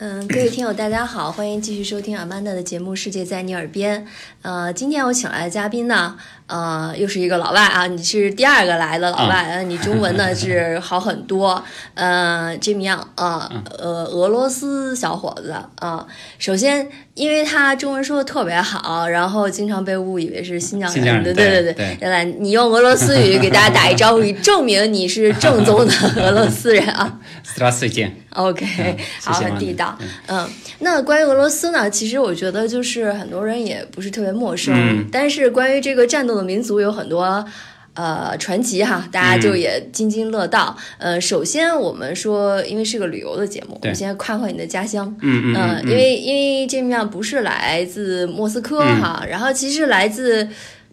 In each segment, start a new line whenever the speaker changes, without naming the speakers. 嗯各位听友，大家好，欢迎继续收听阿曼达的节目《世界在你耳边》。呃，今天我请来的嘉宾呢，呃，又是一个老外啊，你是第二个来的老外，呃，你中文呢是好很多。呃，Jim Yang 啊、呃，俄罗斯小伙子啊、首先因为他中文说的特别好，然后经常被误以为是新疆人，
新疆人
对对
对
对
对。
来，你用俄罗斯语给大家打一招呼，以证明你是正宗的 俄罗斯人啊。
斯拉斯见，
OK，、好，
嗯谢谢
很
王
地
总
道。嗯，那关于俄罗斯呢，其实我觉得就是很多人也不是特别陌生，
嗯
但是关于这个战斗的民族有很多。呃，传奇哈，大家
嗯
就也津津乐道。呃，首先我们说，因为是个旅游的节目，我
对
们先夸夸你的家乡。
嗯嗯
呃
嗯，
因为因为这面不是来自莫斯科哈，然后其实来自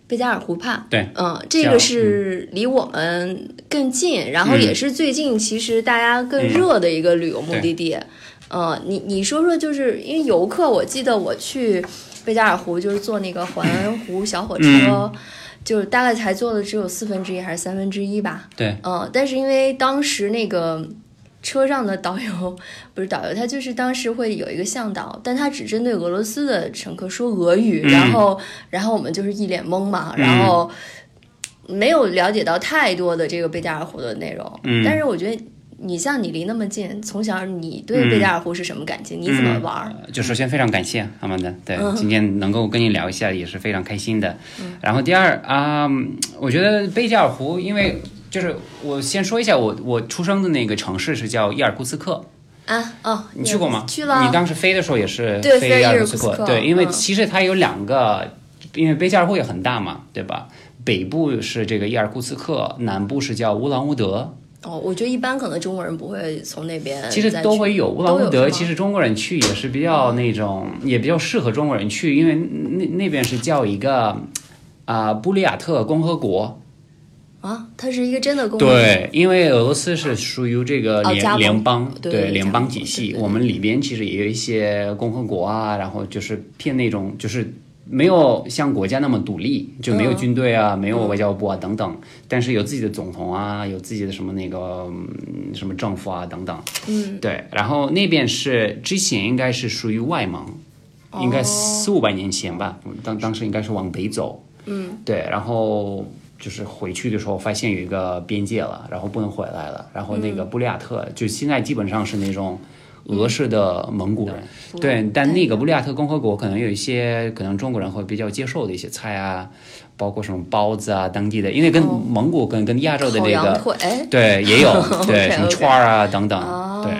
贝加尔湖畔。
嗯对，嗯
嗯，这
叫
个是离我们更近，然
嗯
后也是最近其实大家更热的一个旅游目的地。呃，你你说说，就是因为游客，我记得我去贝加尔湖，就是坐那个环湖小火车，
嗯
就大概才坐的只有四分之一还是三分之一吧。
对，
嗯、但是因为当时那个车上的导游不是导游，他就是当时会有一个向导，但他只针对俄罗斯的乘客说俄语，
嗯
然后然后我们就是一脸懵嘛，
嗯
然后没有了解到太多的这个贝加尔湖的内容。
嗯
但是我觉得你像你离那么近，从小你对
嗯
贝加尔湖是什么感情？你怎么玩儿？
呃就首先非常感谢阿曼达，对，今天能够跟你聊一下也是非常开心的。然后第二啊、嗯我觉得贝加尔湖，因为就是我先说一下我我出生的那个城市是叫伊尔库茨克，
啊哦，
你去过吗？
去了。
你当时飞的时候也是
对飞
伊尔库
伊尔库茨克
克，对，因为
嗯
其实它有两个，因为贝加尔湖也很大嘛，对吧？北部是这个伊尔库茨克，南部是叫乌兰乌德，
哦，我觉得一般可能中国人不会从那边
其实
再
都
呃去
会有乌兰
都有
乌
是吗
德，其实中国人去也是比较那种，也比较适合中国人去，因为那那边是叫一个啊、布里亚特共和国。
啊，它是一个真的公园
对，因为俄罗斯是属于这个
哦
联、
加盟
联邦，
对加盟
联邦
对
体
对
系
对。
我们里边其实也有一些共和国啊，然后就是偏那种就是。没有像国家那么独立，就没有
嗯
军队啊，没有外交部啊等等，但是有自己的总统啊，有自己的什么那个、嗯什么政府啊等等。
嗯，
对，然后那边是之前应该是属于外蒙，应
哦
该四五百年前吧，当当时应该是往北走。嗯，对，然后就是回去的时候发现有一个边界了，然后不能回来了，然后那
嗯
个布利亚特、就现在基本上是那种。俄式的蒙古人，
嗯
对，但那个布利亚特共和国可能有一些可能中国人会比较接受的一些菜啊，包括什么包子啊，当地的，因为跟蒙古跟跟亚洲的
哦烤
那
羊
个，
腿。哎
对，也 有
OK，
对什么
OK
串儿啊等等，
哦
对，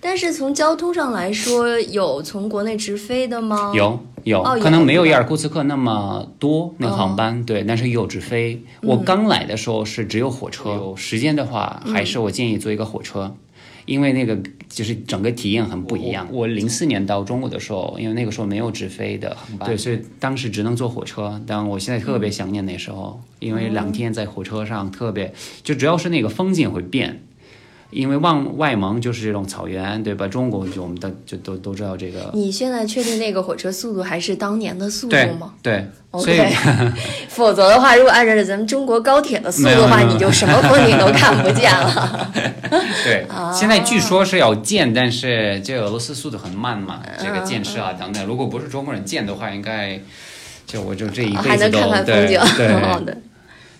但是从交通上来说，有从国内直飞的吗？，
有有
哦，有嗯
可能没有
对
伊
吧
尔库茨克那么多那个航班，对，但是也有直飞。我
嗯
刚来的时候是只有火车，有时间的话，还是我建议坐一个火车。因为那个就是整个体验很不一样。我零四年到中国的时候，因为那个时候没有直飞的航班，对，所以当时只能坐火车。但我现在特别
嗯
想念那时候，因为两天在火车上特别，就主要是那个风景会变，因为望外蒙就是这种草原，对吧？中国就我们的就都都知道这个
你现在确定那个火车速度还是当年的速度
对
吗哦
对，所以
？OK，否则的话，如果按照咱们中国高铁的速度的话，
没有没有
你就什么风景都看不见了。
对，
啊
现在据说是要建，但是这俄罗斯速度很慢嘛，
嗯
这个建设啊等等，如果不是中国人建的话，应该就我就这一辈
还
子
能
都
看看风
对
景， 好
对
的，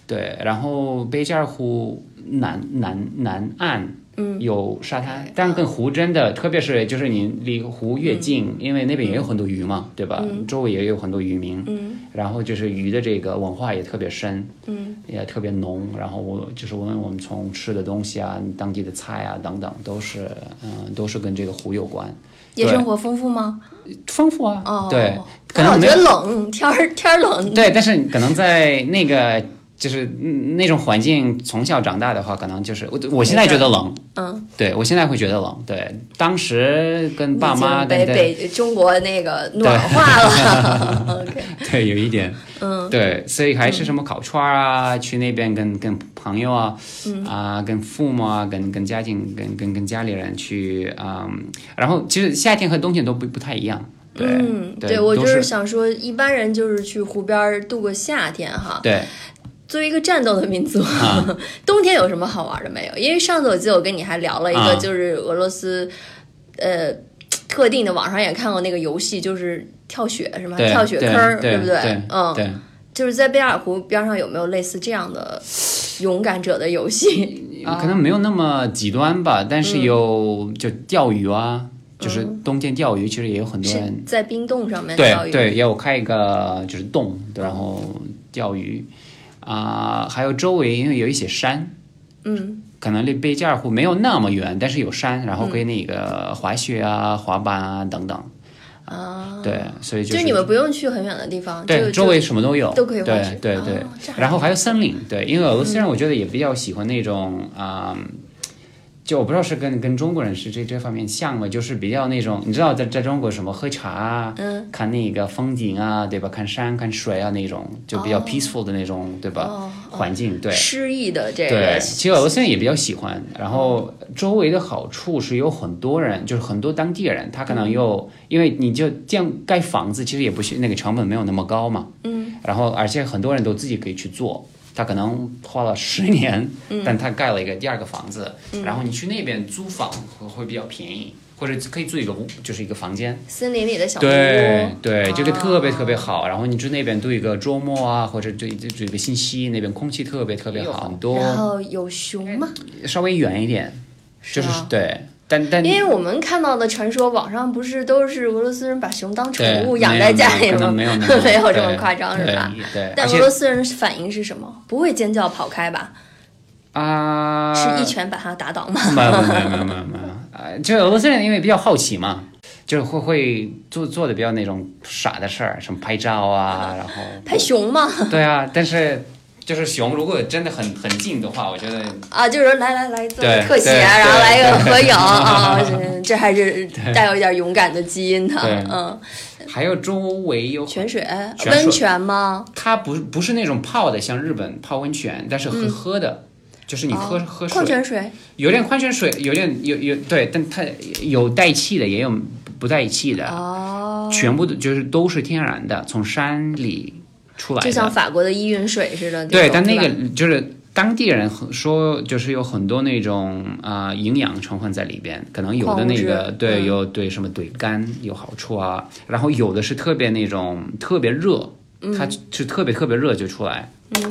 对。然后贝加尔湖南南南岸。嗯，有沙滩，但跟湖真的，特别是就是你离湖越近，
嗯
因为那边也有很多鱼嘛，对吧？周围也有很多渔民，
嗯，
然后就是鱼的这个文化也特别深，
嗯，
也特别浓。然后我就是无论我们从吃的东西啊、当地的菜啊等等，都是嗯、都是跟这个湖有关，
夜
对
生活丰富吗？
丰富啊。
哦，
对，可
但我
能没
觉
有
得冷，天儿天儿冷，
对，但是可能在那个就是嗯那种环境从小长大的话，可能就是我我现在觉得冷，
嗯，
对我现在会觉得冷。对，当时跟爸妈
已经
跟
被
对
被中国那个暖化了。OK，
对，有一点，嗯，对，所以还是什么烤串儿啊，
嗯
去那边跟跟朋友啊，啊、跟父母啊，跟跟家庭，跟跟跟家里人去，嗯，然后其实夏天和冬天都不不太一样，对，
嗯，
对
我就
都
是
是
想说，一般人就是去湖边儿度个夏天哈。
对，
作为一个战斗的民族，
啊
冬天有什么好玩的没有？因为上次我记得我跟你还聊了一个，
啊
就是俄罗斯，呃，特定的，网上也看过那个游戏，就是跳雪是吗？
对
跳雪
对
坑儿，
对
不
对
嗯，
对，
就是在贝尔湖边上有没有类似这样的勇敢者的游戏？
可能没有那么极端吧，但
嗯
是有就钓鱼啊，就是冬天钓鱼，其实也有很多
是
人
在冰洞上面钓
对
鱼？
对，也有开一个就是洞，对然后钓鱼啊、还有周围因为有一些山，
嗯，
可能离贝加尔湖没有那么远，但是有山，然后可以那个滑雪啊、滑板啊等等。
啊，
对，所以
就是你们不用去很远的地方，
对
就
周围什么都有，
都可以滑
对
雪
对
哦
对、
这还嗯
然后还有森林，对，因为俄罗斯人我觉得也比较喜欢那种啊、就我不知道是跟跟中国人是这这方面像吗？就是比较那种，你知道在在中国什么喝茶啊，
嗯，
看那个风景啊，对吧？看山看水啊那种，就比较 peaceful 的那种，对吧？
哦
环境对。
诗意的这
对，
个，
其实俄罗斯人也比较喜欢。然后周围的好处是有很多人，就是很多当地人，他可能又、因为你就建盖房子，其实也不是那个成本没有那么高嘛。嗯。然后而且很多人都自己可以去做，他可能花了十年，但他盖了一个第二个房子，然后你去那边租房会会比较便宜，或者可以住一个屋，就是一个房间。
森林里的小木
对
屋，
对，这个特别
啊
特别好。然后你住那边度一个周末啊，或者就就就一个星期，那边空气特别特别好，很多。
然后有熊吗？
稍微远一点，就是
吗
对，但但
因为我们看到的传说，网上不是都是俄罗斯人把熊当
对
宠物养在家里
没有
吗？
没有
没有这
对
么夸张是
对
吧？？
对，
但
而
俄
且
罗斯人反应是什么？不会尖叫跑开吧？
啊，
是一拳把他打倒吗？
没有没有没有没有没有，啊，就俄罗斯人因为比较好奇嘛，就是会会做做的比较那种傻的事儿，什么拍照啊，然后
拍熊吗？
对啊，但是就是熊如果真的很很近的话，我觉得
啊，就是来来来，做个
对
特写，
对
然后
对
来一个合 影啊，这这还是带有一点勇敢的基因的
对。
嗯，
还有周围有
泉水、哎
泉水
温泉吗？
它不是不是那种泡的，像日本泡温泉，但是喝喝的，就是你喝、喝水
嗯哦矿泉水
有点矿泉水，有点有有对，但它有带气的，也有不不带气的，
哦，
全部都就是都是天然的，从山里出来
就像
的。
法国的依云水似的种。
对，但那
吧
个就是当地人很说，就是有很多那种啊、呃营养成分在里边，可能有的
矿
那
物
个
质
对
嗯
有对什么对肝有好处啊，然后有的是特别那种特别热。
嗯
它是特别特别热就出来，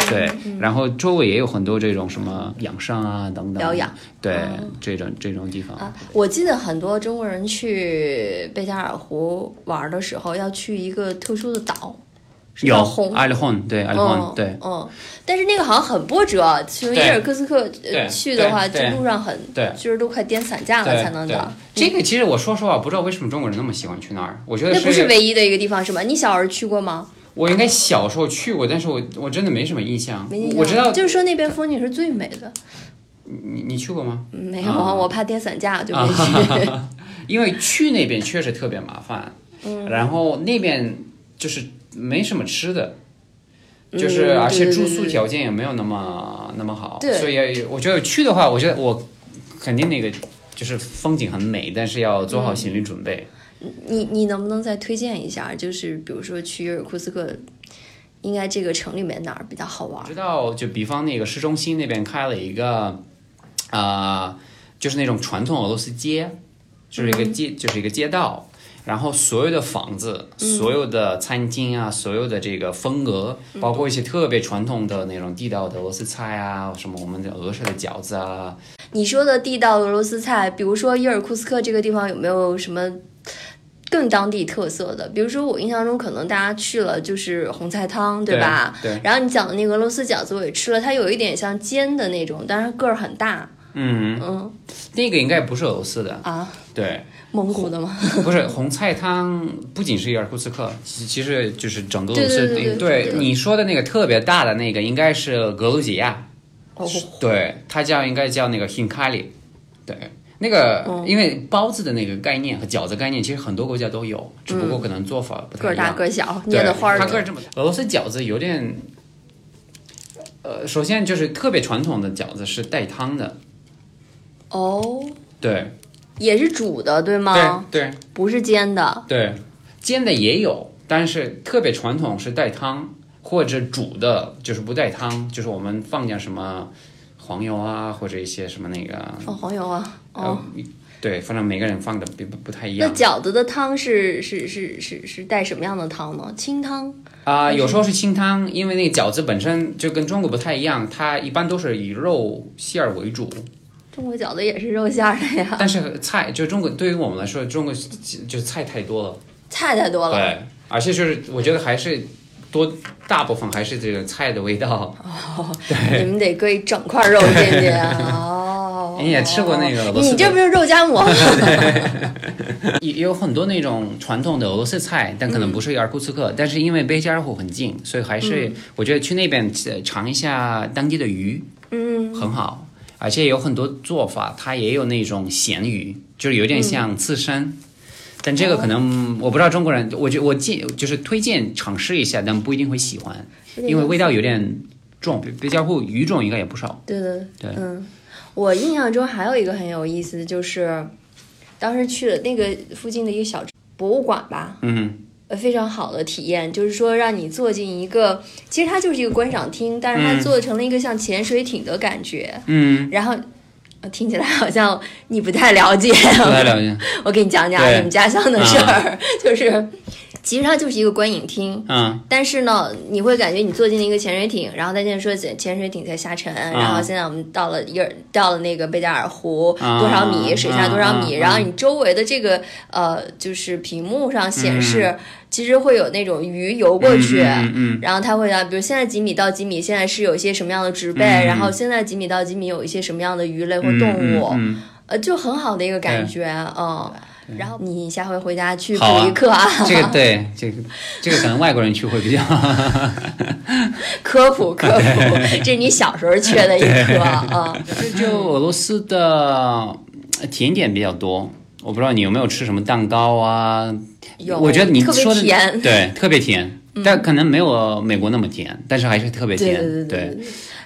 对，然后周围也有很多这种什么养生啊等等
疗养，哦
对、这种这种地方，
啊，我记得很多中国人去贝加尔湖玩的时候，要去一个特殊的岛，是叫
有
红。
阿里洪，对阿里
嗯
洪，，对
嗯，但是那个好像很波折，从伊
对
尔库斯克呃
对
去的话，就
对对
路上很，
对
就是都快颠散架了
对
才能
对
到。
这个其实我说实话，不知道为什么中国人那么喜欢去那儿。我觉得
那不是唯一的一个地方是吗？你小时候去过吗？
我应该小时候去过，但是我我真的没什么印象。
没印象
我知道
就是说那边风景是最美的。
你你去过吗？
嗯没有，
啊
我怕颠散架 就没去。
因为去那边确实特别麻烦，
嗯
然后那边就是没什么吃的。就是，
嗯
而
对
且
对
住
对
宿
对
条件也没有那么那么好，
对
所以我觉得去的话，我觉得我肯定那个就是风景很美，但是要
嗯
做好心理准备。
你你能不能再推荐一下？就是比如说去伊尔库斯克，应该这个城里面哪儿比较好玩
我？知道，就比方那个市中心那边开了一个，啊，就是那种传统俄罗斯街，就是一个街，就是一个街道。然后所有的房子、所有的餐厅啊、所有的这个风格，包括一些特别传统的那种地道的俄罗斯菜啊，什么我们的俄式的饺子啊，
你说的地道俄罗斯菜，比如说伊尔库斯克这个地方有没有什么更当地特色的？比如说我印象中可能大家去了就是红菜汤，
对
吧？
对，
然后你讲的那个俄罗斯饺子我也吃了，它有一点像煎的那种，但是个儿很大。
嗯，
嗯
那个应该不是俄罗斯的，
啊，
对，
蒙古的吗？
不是红菜汤，不仅是伊尔库斯克，其其实就是整个俄罗斯。
对对对对对
你说的那个特别大的那个，应该是格鲁吉亚，
哦，
对，它叫应该叫那个 hinkali，对，那个、
哦
因为包子的那个概念和饺子概念，其实很多国家都有，只不过可能做法不
个
太
儿
一
大
样。
个儿小，
对
捏的花儿
它个
大。
儿这么大。俄罗斯饺子有点，呃，首先就是特别传统的饺子是带汤的，
哦，
对，
也是煮的对吗？
对对。
不是煎的。
对，煎的也有，但是特别传统是带汤，或者煮的，就是不带汤，就是我们放点什么黄油啊，或者一些什么那个，
放黄油啊。哦，
呃，对，反正每个人放的不不不太一
那
样
饺子的汤是是是是是带什么样的汤呢？清汤
啊、有时候是清汤，因为那个饺子本身就跟中国不太一样，它一般都是以肉馅儿为主，
中国饺子也是肉馅儿的呀，
但是菜就中国对于我们来说，中国就菜太多了，
菜太多了。
对，而且就是我觉得还是多大部分还是这个菜的味道。
你们得搁一整块肉进去啊 哦。
你也吃过那个俄罗斯
你这
的
不是肉夹 馍吗？
也也有很多那种传统的俄罗斯菜，但可能
嗯
不是雅尔库茨克，但是因为贝加尔湖很近，所以还是、我觉得去那边呃尝一下当地的鱼，嗯，很好。而且有很多做法，它也有那种咸鱼，就是有
嗯
点像刺身，但这个可
哦
能我不知道中国人，我觉我建就是推荐尝试一下，但不一定会喜欢， 因为味道有点重。贝贝加尔湖鱼种应该也不少。
对对
对
嗯，我印象中还有一个很有意思的就是，当时去了那个附近的一个小博物馆吧，
嗯
呃，非常好的体验，就是说让你坐进一个，其实它就是一个观赏厅，但是它
嗯
做成了一个像潜水艇的感觉，
嗯，
然后。呃听起来好像你不太了解，
不太了解。
我给你讲讲
对
你们家乡的事儿， 就是其实它就是一个观影厅，
嗯
但是呢，你会感觉你坐进了一个潜水艇，然后再见说潜潜水艇在下沉，
嗯
然后现在我们到了一到了那个贝加尔湖
啊
多少米，水下多少米，
啊啊
然后你周围的这个呃就是屏幕上显示，其实会有那种鱼游过去。
嗯嗯嗯嗯
然后它会啊，比如现在几米到几米，现在是有一些什么样的植被，
嗯
然后现在几米到几米有一些什么样的鱼类或
嗯
动物，
嗯嗯
呃，就很好的一个感觉，嗯。然后你下回回家去补
好啊
一课啊，
这个对，这个这个可能外国人去会比较
科 普科普，这是你小时候缺的一课啊。
就俄罗斯的呃甜点比较多。我不知道你有没有吃什么蛋糕啊？
有，
我觉得你
特别
说的
甜，嗯
对，特别甜，但可能没有美国那么甜，但是还是特别
对
甜。
对对
对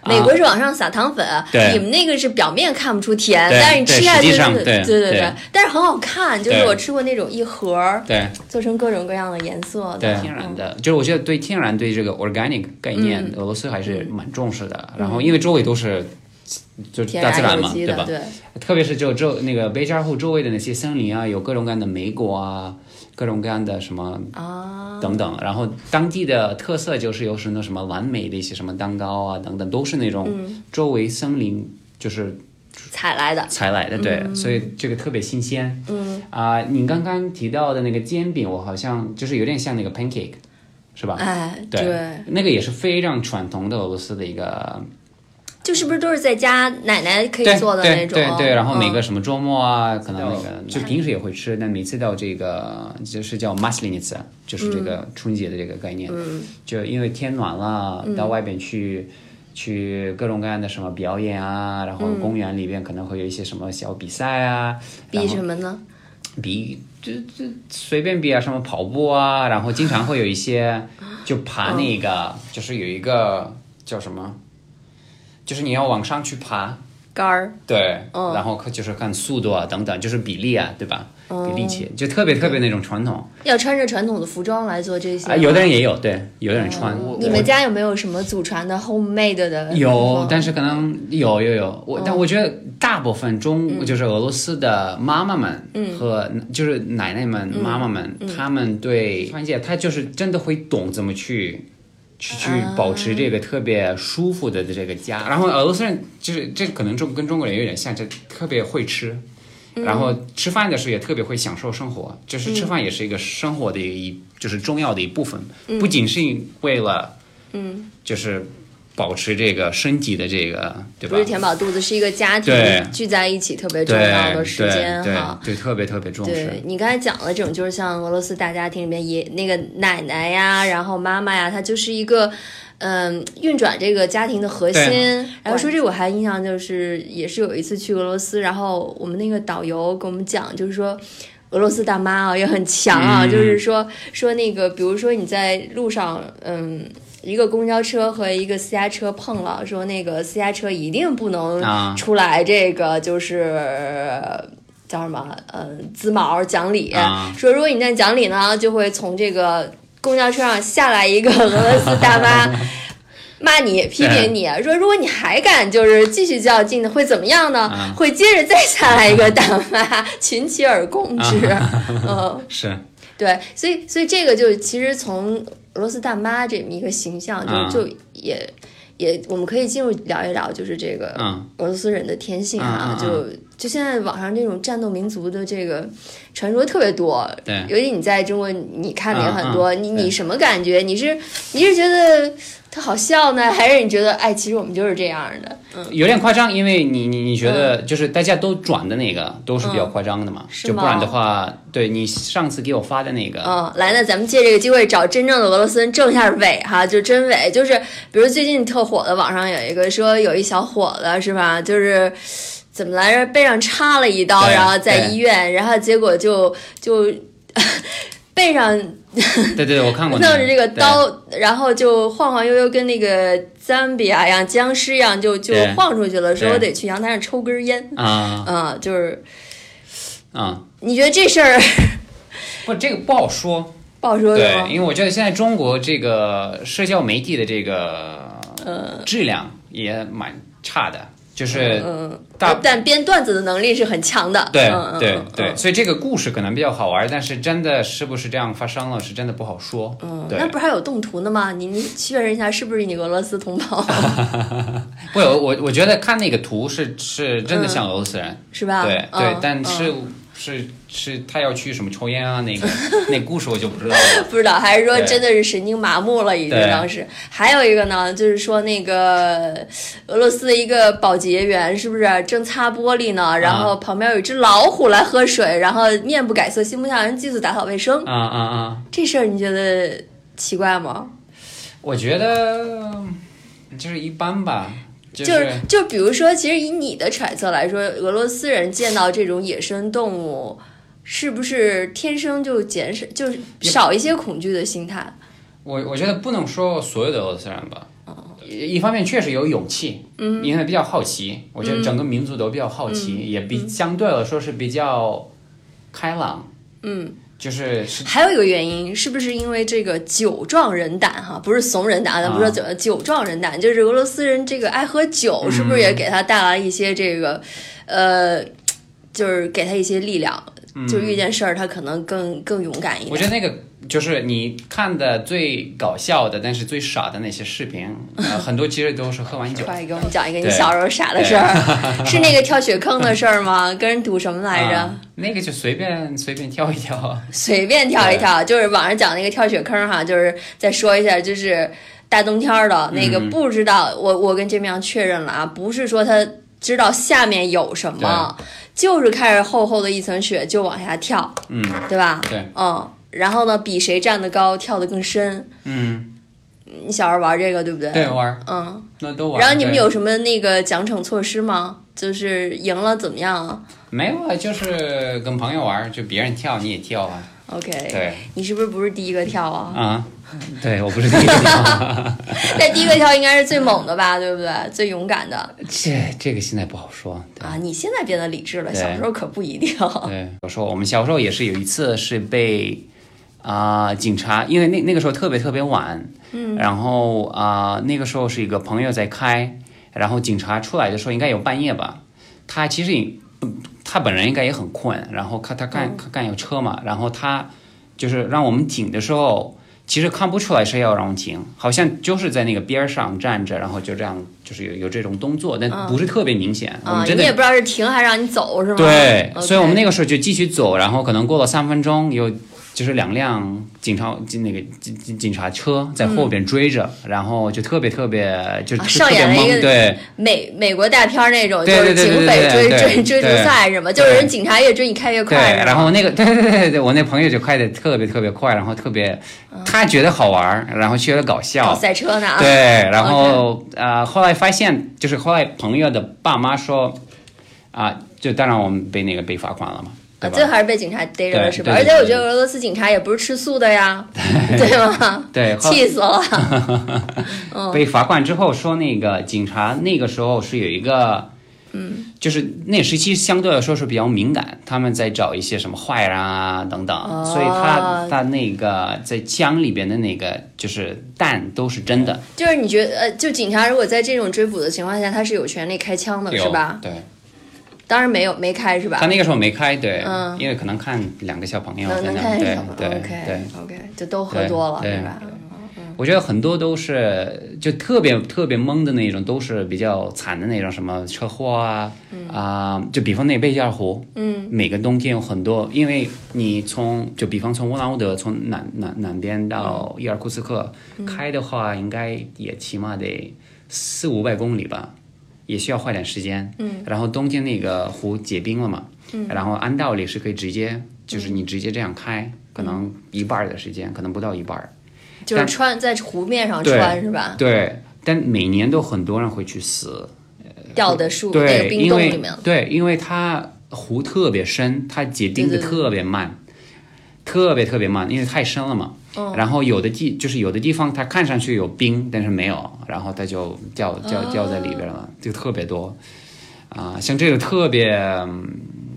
啊
对。美国是往上撒糖粉，
对
你们那个是表面看不出甜，
对
但是你吃下
对
去
实际上
就是
对
对对
对，
但是很好看。就是
对
我吃过那种一盒儿
对
做成各种各样的颜色
对
的，，嗯
天然的，就是我觉得对天然对这个 organic 概念，俄罗斯还是蛮重视的。然后因为周围都是就是
嗯天
大自
然
然
有
嘛，
机
对吧
的，？对，
特别是就周那个贝加尔湖周围的那些森林啊，有各种各样的莓果啊，各种各样的什么
啊，
等等，然后当地的特色就是有什么什么完美的一些什么蛋糕啊等等，都是那种周围森林就是
采来的，
采来的，对，所以这个特别新鲜。嗯啊、你刚刚提到的那个煎饼，我好像就是有点像那个 pancake，是吧？
哎，
对，
对，
那个也是非常传统的俄罗斯的一个
就是不是都是在家奶奶可
对
以做的那种？
对对对，然后每个
嗯
什么周末啊，可能那个就平时也会吃，但每次到这个就是叫 Maslenitsa，就是这个
嗯
春节的这个概念，就因为天暖了，
嗯
到外边去。去各种各样的什么表演啊，然后公园里边可能会有一些什么小比赛啊，
嗯比什么呢？
比就就随便比啊，什么跑步啊，然后经常会有一些就
嗯
爬那个，就是有一个叫什么，就是你要往上去爬，
杆儿，
对，然后可就是看速度啊，等等，就是比例啊，对吧？比例切就特别特别那种传统
要穿着传统的服装来做这些吗。
啊，有的人也有，对，有的人穿。我
你们家有没有什么祖传的 homemade 的？
有，但是可能有有有我，但我觉得大部分中就是俄罗斯的妈妈们和就是奶奶们、妈妈们，她们对番茄，她就是真的会懂怎么去。去去保持这个特别舒服的这个家，然后俄罗斯人就是这可能中跟中国人有点像，就特别会吃，
嗯
然后吃饭的时候也特别会享受生活，就是吃饭也是一个生活的一就是重要的一部分，
嗯
不仅是为了嗯就是保持这个身体的这个，对
不
吧？
是填饱肚子，是一个家庭
对
聚在一起特别重
对
要的时
对
间
对
哈。
对，特别特别重
对
视。
你刚才讲的这种，就是像俄罗斯大家庭里面也那个奶奶呀，然后妈妈呀，她就是一个。嗯，运转这个家庭的核心
对。
然后说这个我还印象就是，也是有一次去俄罗斯，然后我们那个导游给我们讲，就是说俄罗斯大妈啊也很强啊，
嗯
就是说说那个，比如说你在路上，嗯。一个公交车和一个私家车碰了，说那个私家车一定不能
啊
出来，这个就是、呃叫什么？呃，滋毛讲理。
啊
说如果你那讲理 呢，就会从这个公交车上下来一个俄罗斯大妈，骂你、批评
哎
你，说如果你还敢就是继续较劲的，会怎么样呢？
啊
会接着再下来一个大骂，群起而攻之。
啊
嗯，
是，
对，所以所以这个就其实从俄罗斯大妈这么一个形象，
啊
就就也也我们可以进入聊一聊，就是这个
嗯
俄罗斯人的天性啊，
啊啊啊
就就现在网上这种战斗民族的这个传说特别多。
对，
尤其你在中国，你看的也很多，
啊啊
你
对
你什么感觉？你是你是觉得他好笑呢， 还是你觉得哎，其实我们就是这样的？嗯，
有点夸张，因为你你你觉得就是大家都转的那个都是比较夸张的嘛，
嗯是
就
吗
不然的话，对你上次给我发的那个，
嗯，来呢，咱们借这个机会找真正的俄罗斯人正一下伪哈，就真伪，就是比如最近特火的，网上有一个说有一小伙子是吧，就是。怎么来着？背上插了一刀，
对
然后在
对
医院，然后结果就就 背上
对对，我看过、那
弄
个，
着这个
对，
刀，然后就晃晃悠悠，跟那个赞比亚一样、僵尸一样，就就
对
晃出去了，说
对
我得去阳台上抽根烟。
啊
嗯，就是
啊，
你觉得这事儿
不，这个不好说，
不好说是
对
吗，？
因为我觉得现在中国这个社交媒体的这个质量也蛮差的，就是
呃嗯，
大
但编段子的能力是很强的。
对
嗯、
对
嗯
对，。所以这个故事可能比较好玩，但是真的是不是这样发生了，是真的不好说，
嗯，
对
那。不是还有动图呢吗？你你确认一下是不是你俄罗斯同 胞，
不，我我我觉得看那个图是是真的像俄罗斯人，
是吧？
对对
嗯，
但是、
嗯
是是他要去什么抽烟啊，那个那故事我就不知 道了。
不知道，还是说
对
真的是神经麻木了，已经
对
当时。还有一个呢，就是说那个俄罗斯的一个保洁员是不是正擦玻璃呢？然
啊
后旁边有一只老虎来喝水，然后面不改色心不跳人，祭祖打扫卫生。
啊啊啊！
这事儿你觉得奇怪吗？
我觉得嗯就是一般吧，就
就是就比如说，其实以你的揣测来说，俄罗斯人见到这种野生动物，是不是天生就减少，就是少一些恐惧的心态？
我我觉得不能说所有的俄罗斯人吧。
哦
一一方面确实有勇气，嗯，因为比较好奇，我
嗯
觉得整个民族都比较好奇，也比相对来说是比较开朗，嗯，就是是
还有一个原因，是不是因为这个酒壮人胆哈？不是怂人
啊
胆，咱啊不说酒、酒壮人胆，就是俄罗斯人这个爱喝酒，是不是也给他带来一些这个，呃，就是给他一些力量？就遇见事儿，他可能更更勇敢一
嗯我
点。
觉得那个就是你看的最搞笑的，但是最傻的那些视 频，呃、很多其实都是喝完酒。
快给我们讲一个你
对
小时候傻的事儿，是那个跳雪坑的事儿吗？跟人赌什么来着？
啊那个就随便随便挑一挑啊，
随便跳一跳，就是网上讲那个跳雪坑哈，就是再说一下，就是大冬天儿的
嗯
那个不知道，我我跟这面确认了啊，不是说他知道下面有什么，就是看着厚厚的一层雪就往下跳，
嗯
对吧？
对，
嗯，然后呢，比谁站得高，跳得更深。
嗯，
你小时候玩这个对不对？
对，玩儿
嗯，
那都玩儿。
然后你们
对
有什么那个奖惩措施吗？就是赢了怎么样啊
没有啊？就是跟朋友玩儿，就别人跳你也跳啊，
？OK，
对
你是不是不是第一个跳啊？
啊，对我不是第一个跳，
但第一个跳应该是最猛的吧，对不对？最勇敢的
这这个现在不好说，对。
啊！你现在变得理智了，
对
小时候可不一定。
对， 我说我们小时候也是有一次是被啊、警察，因为那那个时候特别特别晚，嗯，然后啊、那个时候是一个朋友在开，然后警察出来的时候应该有半夜吧，他其实也嗯他本人应该也很困，然后看他看看看有车嘛，然后他就是让我们停的时候。其实看不出来是要让我们停，好像就是在那个边儿上站着，然后就这样，就是有有这种动作，但不是特别明显。我
啊，
们
你
真的
也不知道是停还是让你走是吗？
对
OK
所以我们那个时候就继续走，然后可能过了三分钟，有就是两辆警察那个警警警察车在后边追着，然后就特别特别就
啊
特
上
别
演了一个
懵，对
美美国大片儿那种，就
对
是
对对
警
对
匪
对
追追
对
追
对
逐
对
赛什么，就是人警察越追你开越
对，
快，是吧
然后那个对对对对对，我那朋友就开的特别特别快，然后特别他觉得好玩儿，然后觉得搞
搞
笑。
赛车呢啊。
对，然后呃，后来发现就是后来朋友的爸妈说，啊、就当然我们被那个被罚款了嘛，
啊，
对吧？
最后还是被警察逮着了，
对
是吧？
对
而
对
且
对
我觉得俄罗斯警察也不是吃素的呀，对 吗？
对，后来
气死了！嗯
被罚款之后说那个警察那个时候是有一个
嗯，
就是那时期相对来说是比较敏感，他们在找一些什么坏人啊等等，
哦
所以他他那个在江里边的那个就是蛋都是真的，
就是你觉得呃，就警察如果在这种追捕的情况下，他是有权利开枪的，
有
是吧？
对，
当然没有，没开是吧？
他那个时候没开，对，
嗯
因为可能看两个小朋友在
能能
那
看
儿，
见
对
什么
对对
？OK。OK，就都喝
对
多了
对
是吧？
我觉得很多都是就特别特别懵的那种，都是比较惨的那种，什么车祸啊啊、就比方那贝加尔湖，嗯，每个冬天有很多，因为你从就比方从乌兰乌德从南南南边到伊尔库茨克、开的话，应该也起码得四五百公里吧，也需要花点时间。嗯，然后冬天那个湖结冰了嘛，嗯，然后按道理是可以直接就是你直接这样开，可能一半儿的时间，可能不到一半儿。
就是
但
穿在湖面上
对
穿是吧？
对，但每年都很多人会去死。
掉的树那个
对，
冰
因
洞里
为
面，
对，因为它湖特别深，它结冰
对对对
的特别慢，特别特别慢，因为太深了嘛。
哦
然后有的地就是有的地方它看上去有冰，但是没有，然后它就
哦
掉掉掉在里边了，就特别多。啊、像这种特别、嗯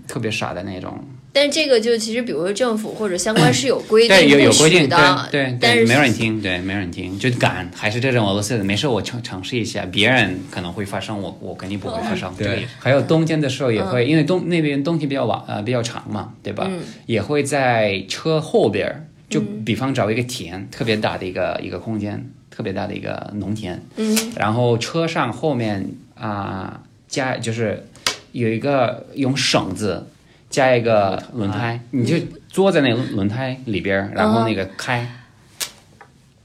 特别傻的那种，
但这个就其实，比如说政府或者相关是有规定
嗯对，有有
不
规
许
定，
的
对，对
但
对，没有人
是
听，对，没有人听，就敢还是这种俄罗斯的，没事，我尝尝试一下，别人可能会发生，我我肯定不会
哦
发生。对，还有冬天的时候
嗯
也会，因为冬那边冬天比较晚，呃，比较长嘛，对吧？也会在车后边儿，就
嗯
比方找一个田，特别大的一个一个空间，特别大的一个农田，嗯，然后车上后面啊、加就是有一个用绳子加一个轮
啊
胎，你就坐在那个轮胎里边儿，然后那个开，
哦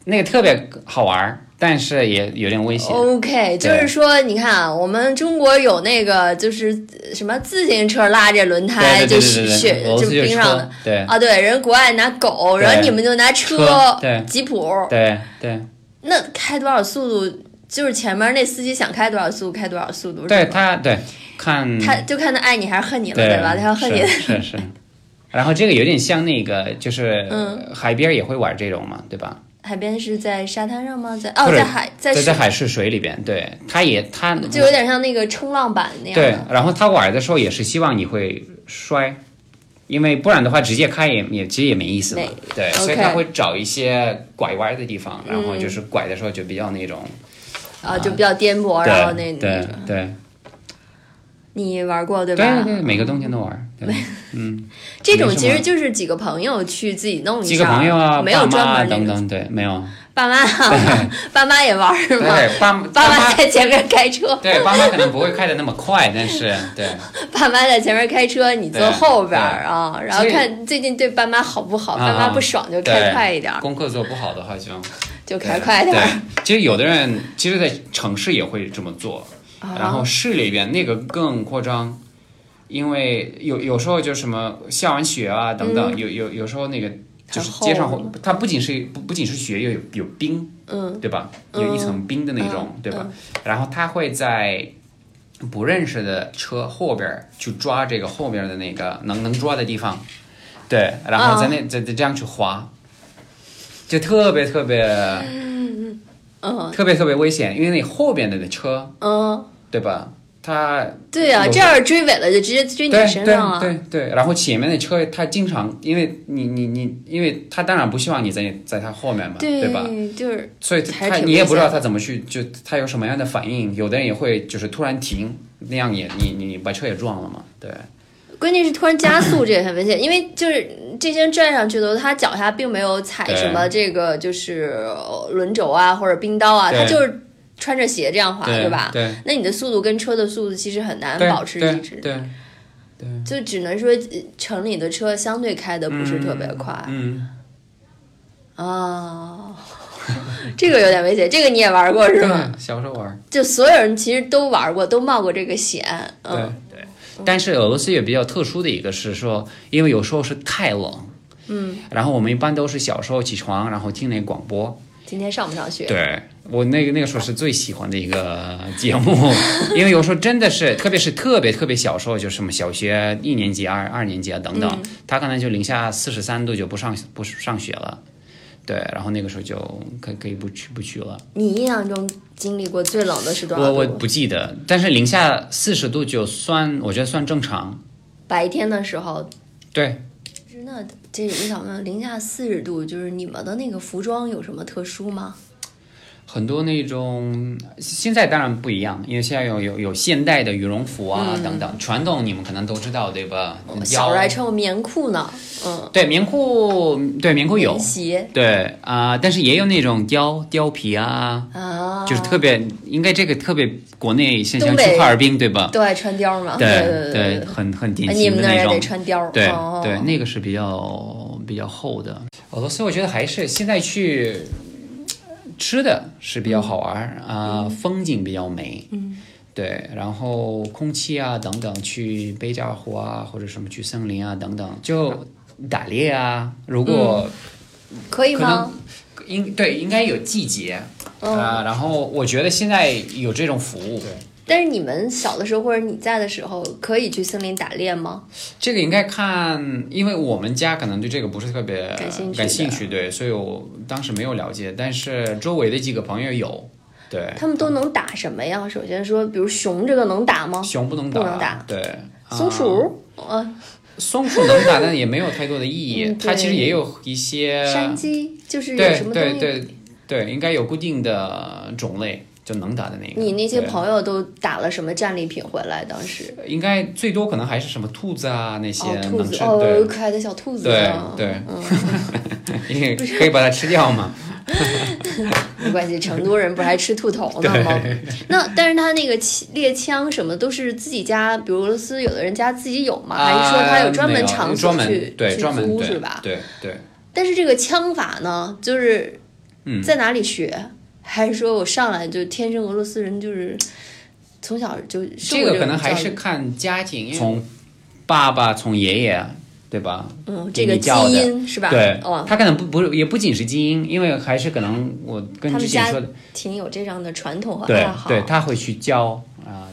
那个特别好玩儿，但是也有点危
哦
险。
OK，就是说，你看啊，我们中国有那个就是呃什么自行车拉着轮胎
对
就
对
雪
对对
雪
对，俄罗
就
斯就是
冰上的
车，对
啊，对，人国外拿狗，然后
对
你们就拿
车对
吉普，
对对
那开多少速度？就是前面那司机想开多少速度开多少速度，
对，
是吧
他对看
他就看他爱你还是恨你了，
嗯对
对吧？他要恨你
是，是是。然后这个有点像那个，就是
嗯
海边儿也会玩这种嘛，对吧？
海边是在沙滩上吗？在哦，
不是
在海在
在
水
在海市水里边，对，他也他
就有点像那个冲浪板那样
对
的，，
然后他玩的时候也是希望你会摔，因为不然的话直接开也也其实也没意思嘛
没。
对
OK 嗯
所以他会找一些拐弯的地方，然后就是拐的时候就比较那种。
啊，就比较颠簸，然后那
对对
那种
对
你玩过对
对啊
吧？
对，每个冬天都玩。对，嗯
这种其
没什
实
么
就是几个朋友去自己弄一下，
几个朋友啊，
没有
爸妈
专
啊
门那
等
个
等，对，没有。
爸妈啊， 爸妈 也玩是吗？
对，爸
爸妈
妈。
在前面开车，
对，爸妈可能不会开的那么快，但是对，
爸妈在前面开车，你坐
对
后边
对
儿啊，然后
所以
看最近对爸妈好不好， 爸
啊
妈不爽就开
对
快一点儿，
功课做不好的话就
就开快一点儿。
对，其实有的人其实，在城市也会这么做，
哦
然后市里边那个更扩张，因为有有时候就什么下完雪啊等等，有有有时候那个就是
嗯很厚
街上
是
会
吗，
它不仅是不不仅是雪，又有有冰，嗯，对吧？有
嗯
一层冰的那种，对吧？然后他会在。不认识的车后边儿去抓这个后边儿的那个能能抓的地方，对，然
哦
后在那在在这样去滑，就特别特别
嗯
特别特别危险，因为你后边的那车，
嗯，
对吧？它
对啊，
有
这样追尾了就直接追你
对
身
对
上了。
嗯对对，然后前面的车，它经常因为你你你，因为它当然不希望你在在它后面嘛，对吧？
就是
所以
还
它
是挺
你也不知
危
道
险
它怎么去，就它有什么样的反应，有的人也会就是突然停，那样也你你你把车也撞了嘛，对
关键是突然加速，这也很危险，因为就是这些人拽上去的时候，他脚下并没有踩
对
什么这个就是呃轮轴啊或者冰刀啊，
对
他就是穿着鞋这样滑，
对
啊吧？
对
那你的速度跟车的速度其实很难
对
保持
对
一致，
对，
就只能说呃城里的车相对开的不是特别快
嗯，
哦， 这个有点危险，这个你也玩过是吗？
对啊小时候玩儿。
就所有人其实都玩过，都冒过这个险，
对
嗯，
对。但是俄罗斯也比较特殊的一个是说，因为有时候是太冷，嗯，然后我们一般都是小时候起床，然后听那广播。
今天上不上学？
对我那个那个时候是最喜欢的一个节目，因为有时候真的是，特别是特别特别小时候，就是什么小学一嗯年级、二二年级啊等等，他可能就零下四十三度就不上不上学了。对，然后那个时候就可以可以不去不去了。
你印象中经历过最冷的是多少
我
度？
我不记得，但是零下四十度就算，我觉得算正常。
白天的时候，
对，
那这我想问，零下四十度，就是你们的那个服装有什么特殊吗？
很多那种现在当然不一样，因为现在有有有现代的羽绒服啊、等等，传统你们可能都知道对吧？
嗯小时候还
腰
穿过棉裤呢，嗯，
对棉裤，对棉裤有
棉，鞋
对啊、但是也有那种貂貂皮啊，
啊，
就是特别应该这个特别国内现象
东北
去哈尔滨对吧？
都爱穿貂嘛，对
对
对
很很典
哎，你
型
们
的
那儿
那
也
种
得。穿貂，
对
哦、
对，那个是比较比较厚的。俄罗斯我觉得还是现在去嗯吃的是比较好玩儿啊、风景比较美，嗯，对，然后空气啊等等，去贝加尔湖啊或者什么去森林啊等等，就打猎啊，如果
嗯可以
可能
吗？
应对应该有季节啊、
哦
然后我觉得现在有这种服务，
但是你们小的时候或者你在的时候，可以去森林打猎吗？
这个应该看，因为我们家可能对这个不是特别
感兴趣的
趣对，所以我当时没有了解，但是周围的几个朋友有，对，
他们都能打什么呀？首先说，比如熊这个能打吗？
熊不能打，
不能打
对，
松
啊
鼠，呃，
松鼠能打，但也没有太多的意义
嗯，对
它其实也有一些，
山鸡，就是有
呃对
什么东
对
西？
对对，应该有固定的种类就能打的那个，
你那些
对
朋友都打了什么战利品回来？当时
应该最多可能还是什么兔子啊那些
哦，兔
能
子
吃，
哦，
对
可爱的小兔子
对
啊，
对，因为可以把它吃掉嘛，
没关系，成都人不是还吃兔头呢吗？那但是他那个气猎枪什么都是自己家，比如俄罗斯有的人家自己有吗？还是
啊
说他有专门场所
呃专
去
门对
去
专门
租
对
是吧？
对对，
但是这个枪法呢，就是
嗯
在哪里学？还是说我上来就天生俄罗斯人，就是从小就受
这
过
个可能
种
还
教
是
育
看家庭，因为从爸爸从爷爷对吧？
嗯
给
这个
你
基
教的
因是吧？
对
哦，，
他可能不不是也不仅是基因，因为还是可能我跟
他
之
们
前
家
说的，
挺有这样的传统和
对
爱好。
对，他会去教啊，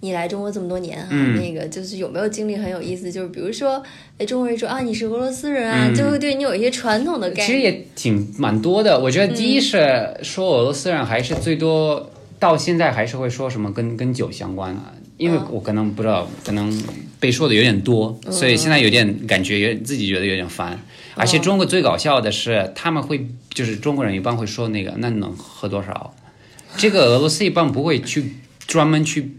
你来中国这么多年啊，
嗯
那个就是有没有经历很有意思？就是比如说，哎，中国人说啊你是俄罗斯人啊，
嗯
就会对你有一些传统的概
其实
念。
也挺蛮多的。我觉得第一是说俄罗斯人还是最多，到现在还是会说什么跟跟酒相关啊，因为我可能不知道，可能被说的有点多，所以现在有点感觉有点自己觉得有点烦。而且中国最搞笑的是，他们会就是中国人一般会说那个那能喝多少，这个俄罗斯一般不会去专门去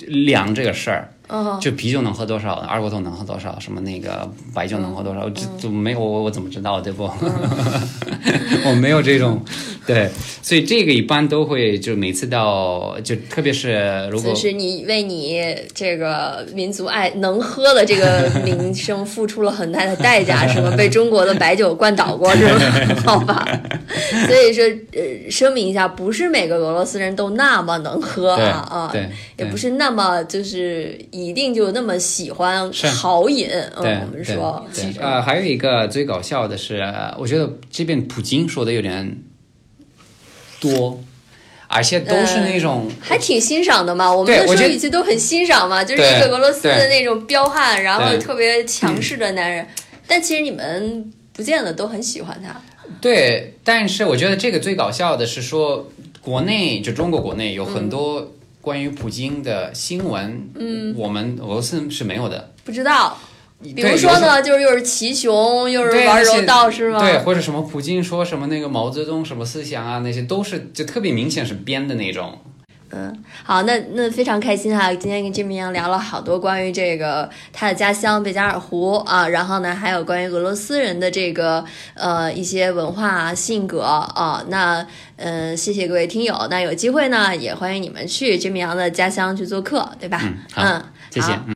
量这个事儿。
嗯，
就啤酒能喝多少，二锅头能喝多少，什么那个白酒能喝多少，
嗯
这就没有我我怎么知道对不？ 我没有这种，对，所以这个一般都会就每次到就特别是如果
就是你为你这个民族爱能喝的这个名声付出了很大的代价，是 吗？被中国的白酒灌倒过，是吗？ 好吧，所以说，呃，声明一下，不是每个俄罗斯人都那么能喝
对
啊啊，
对
也
对
不是那么就是一定就那么喜欢
是
豪饮，
对
嗯，我们说，
对
其实
呃，还有一个最搞笑的是，呃我觉得这边普京说的有点多，而且都是那种、
呃还挺欣赏的嘛，我们
对
的
我
说
觉得
语句都很欣赏嘛，就是
对
一个俄罗斯的
对
那种彪悍，然后
对嗯
特别强势的男人，但其实你们不见得都很喜欢他。
对，但是我觉得这个最搞笑的是说，国内就中国国内有很多关于普京的新闻，嗯，我们俄罗斯是没有的。
不知道，比
比
如说呢，就是又是骑熊，又是
对
玩
那
柔
些
道，是吗？
对，，或者什么普京说什么那个毛泽东什么思想啊，那些都是就特别明显是编的那种。
嗯，好，那那非常开心哈、今天跟 Jimmy 一样聊了好多关于这个他的家乡贝加尔湖啊，然后呢，还有关于俄罗斯人的这个呃一些文化啊、性格啊。那嗯、呃谢谢各位听友，那有机会呢，也欢迎你们去 Jimmy 杨的家乡去做客，对吧？
嗯好
嗯，
谢谢
好，
嗯